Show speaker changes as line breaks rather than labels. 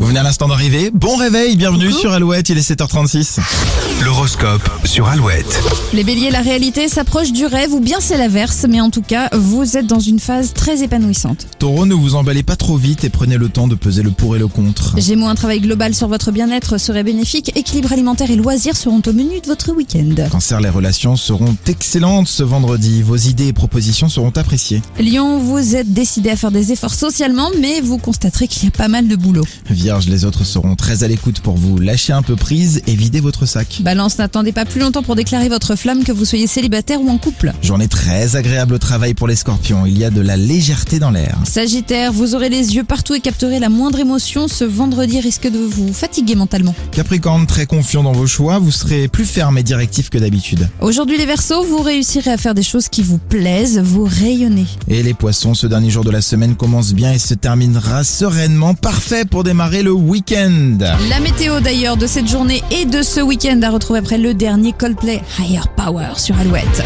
On est à l'instant d'arrivée. Bon réveil, bienvenue sur Alouette, il est 7h36.
L'horoscope sur Alouette.
Les béliers, la réalité s'approche du rêve ou bien c'est l'inverse, mais en tout cas, vous êtes dans une phase très épanouissante.
Taureau, ne vous emballez pas trop vite et prenez le temps de peser le pour et le contre.
Gémeaux, un travail global sur votre bien-être serait bénéfique, équilibre alimentaire et loisirs seront au menu de votre week-end.
Cancer, les relations seront excellentes ce vendredi. Vos idées et propositions seront appréciées.
Lion, vous êtes décidé à faire des efforts socialement, mais vous constaterez qu'il y a pas mal de boulot.
Vierge, les autres seront très à l'écoute pour vous. Lâchez un peu prise et videz votre sac.
Balance, n'attendez pas plus longtemps pour déclarer votre flamme que vous soyez célibataire ou en couple.
Journée très agréable au travail pour les scorpions. Il y a de la légèreté dans l'air.
Sagittaire, vous aurez les yeux partout et capterez la moindre émotion. Ce vendredi risque de vous fatiguer mentalement.
Capricorne, très confiant dans vos choix, vous serez plus ferme et directif que d'habitude.
Aujourd'hui les Verseaux, vous réussirez à faire des choses qui vous plaisent, vous rayonnez.
Et les poissons, ce dernier jour de la semaine commence bien et se terminera sereinement. Parfait pour démarrer le week-end.
La météo d'ailleurs de cette journée et de ce week-end à retrouver après le dernier Coldplay Higher Power sur Alouette.